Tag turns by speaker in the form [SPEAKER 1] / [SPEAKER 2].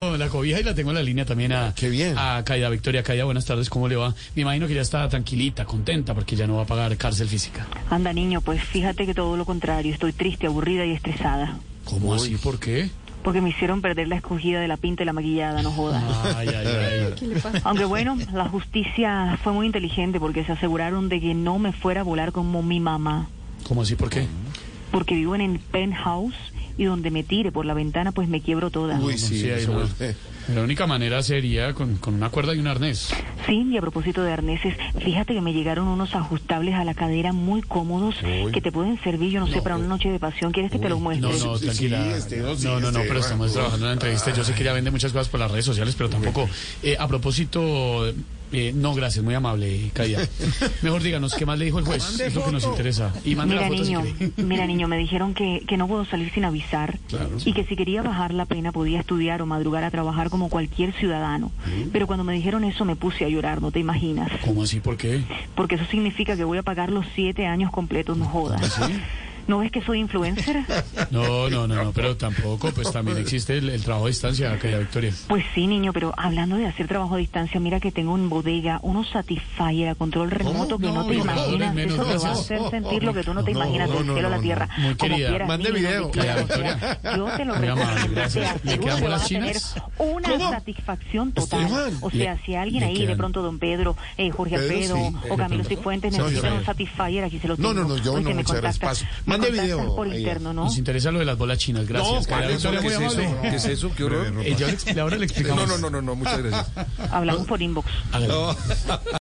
[SPEAKER 1] en la cobija y la tengo en la línea también a,
[SPEAKER 2] Qué bien.
[SPEAKER 1] a Caida Victoria. Caida, buenas tardes, ¿cómo le va? Me imagino que ya está tranquilita, contenta, porque ya no va a pagar cárcel física.
[SPEAKER 3] Anda, niño, pues fíjate que todo lo contrario. Estoy triste, aburrida y estresada.
[SPEAKER 1] ¿Cómo así? ¿Por qué?
[SPEAKER 3] Porque me hicieron perder la escogida de la pinta y la maquillada, no jodas.
[SPEAKER 1] Ay, ay, ay.
[SPEAKER 3] Aunque bueno, la justicia fue muy inteligente porque se aseguraron de que no me fuera a volar como mi mamá.
[SPEAKER 1] ¿Cómo así? ¿Por qué?
[SPEAKER 3] Porque vivo en el penthouse y donde me tire por la ventana, pues me quiebro toda.
[SPEAKER 2] Uy, sí,
[SPEAKER 1] ahí
[SPEAKER 2] eso
[SPEAKER 1] va.
[SPEAKER 2] vuelve.
[SPEAKER 1] La única manera sería con, con una cuerda y un arnés.
[SPEAKER 3] Sí, y a propósito de arneses, fíjate que me llegaron unos ajustables a la cadera muy cómodos
[SPEAKER 2] Uy.
[SPEAKER 3] que te pueden servir, yo no, sé, para una noche de pasión. ¿Quieres que te los muestre?
[SPEAKER 1] No, no,
[SPEAKER 2] sí,
[SPEAKER 1] tranquila.
[SPEAKER 2] sí, este,
[SPEAKER 1] no,
[SPEAKER 2] no, sí,
[SPEAKER 1] no, no,
[SPEAKER 2] este,
[SPEAKER 1] pero estamos
[SPEAKER 2] bueno.
[SPEAKER 1] trabajando en una entrevista. Yo sé que ella vende muchas cosas por las redes sociales, pero tampoco. eh, a propósito, eh, no, gracias, muy amable, Caía. Mejor díganos qué más le dijo el juez, es lo que nos interesa. Y mande la
[SPEAKER 3] Mira
[SPEAKER 1] foto si
[SPEAKER 3] niño,
[SPEAKER 1] quiere.
[SPEAKER 3] mira niño, me dijeron que, que no puedo salir sin avisar y que si quería bajar la pena podía estudiar o madrugar a trabajar como cualquier ciudadano.
[SPEAKER 1] Mm.
[SPEAKER 3] Pero cuando me dijeron eso me puse a llorar, no te imaginas.
[SPEAKER 1] ¿Cómo así? ¿Por qué?
[SPEAKER 3] Porque eso significa que voy a pagar los siete años completos, no jodas.
[SPEAKER 1] ¿Ah,
[SPEAKER 3] ¿No ves que soy influencer?
[SPEAKER 1] No, no, no, no, pero tampoco, pues también existe el, el trabajo a distancia, Caía Victoria.
[SPEAKER 3] Pues sí, niño, pero hablando de hacer trabajo a distancia, mira que tengo en bodega unos Satisfyer a control remoto que
[SPEAKER 1] No,
[SPEAKER 3] no te
[SPEAKER 1] no, no,
[SPEAKER 3] imaginas.
[SPEAKER 1] menos,
[SPEAKER 3] Eso te va a
[SPEAKER 1] gracias.
[SPEAKER 3] hacer sentir lo que tú no te
[SPEAKER 2] No,
[SPEAKER 3] imaginas del
[SPEAKER 2] no,
[SPEAKER 3] cielo a la
[SPEAKER 2] no,
[SPEAKER 3] tierra.
[SPEAKER 1] no. Muy
[SPEAKER 3] Como
[SPEAKER 1] querida,
[SPEAKER 3] quieras,
[SPEAKER 2] mande
[SPEAKER 3] niño,
[SPEAKER 2] video.
[SPEAKER 3] te quieras,
[SPEAKER 1] Claro, Victoria.
[SPEAKER 3] o sea, Yo te lo
[SPEAKER 1] Muy amable,
[SPEAKER 3] recomiendo. Te
[SPEAKER 1] gracias. ¿Le quedan
[SPEAKER 3] aseguro que vas a tener
[SPEAKER 1] buenas
[SPEAKER 3] una
[SPEAKER 2] ¿Cómo?
[SPEAKER 3] satisfacción total.
[SPEAKER 2] Esteban,
[SPEAKER 3] O sea,
[SPEAKER 1] le-
[SPEAKER 3] si alguien
[SPEAKER 1] le
[SPEAKER 3] ahí, de
[SPEAKER 1] quedan-
[SPEAKER 3] pronto don Pedro, eh, Jorge
[SPEAKER 2] Pedro,
[SPEAKER 3] Alfredo
[SPEAKER 2] sí.
[SPEAKER 3] o Camilo
[SPEAKER 1] Pedro.
[SPEAKER 3] Cifuentes
[SPEAKER 2] No, yo
[SPEAKER 3] necesitan
[SPEAKER 2] no.
[SPEAKER 3] un Satisfyer, aquí se lo
[SPEAKER 2] No,
[SPEAKER 3] tengo.
[SPEAKER 2] no, no, yo
[SPEAKER 3] Oye,
[SPEAKER 2] no,
[SPEAKER 3] me
[SPEAKER 2] muchas gracias.
[SPEAKER 3] contactas-
[SPEAKER 2] Paso.
[SPEAKER 3] me
[SPEAKER 2] Mande
[SPEAKER 3] contactas
[SPEAKER 2] video,
[SPEAKER 3] por
[SPEAKER 2] ahí.
[SPEAKER 3] interno, ¿no?
[SPEAKER 1] Nos interesa lo de las bolas chinas, gracias. Caía
[SPEAKER 2] No, ¿cuál es?
[SPEAKER 1] Victoria,
[SPEAKER 2] ¿Qué
[SPEAKER 1] muy
[SPEAKER 2] es eso?
[SPEAKER 1] amable.
[SPEAKER 4] ¿Qué es eso? ¿Qué horror?
[SPEAKER 1] Eh, ya le expli- ahora le explicamos.
[SPEAKER 4] No, no, no, no, no, muchas gracias.
[SPEAKER 3] Hablamos por inbox.
[SPEAKER 1] Hágale.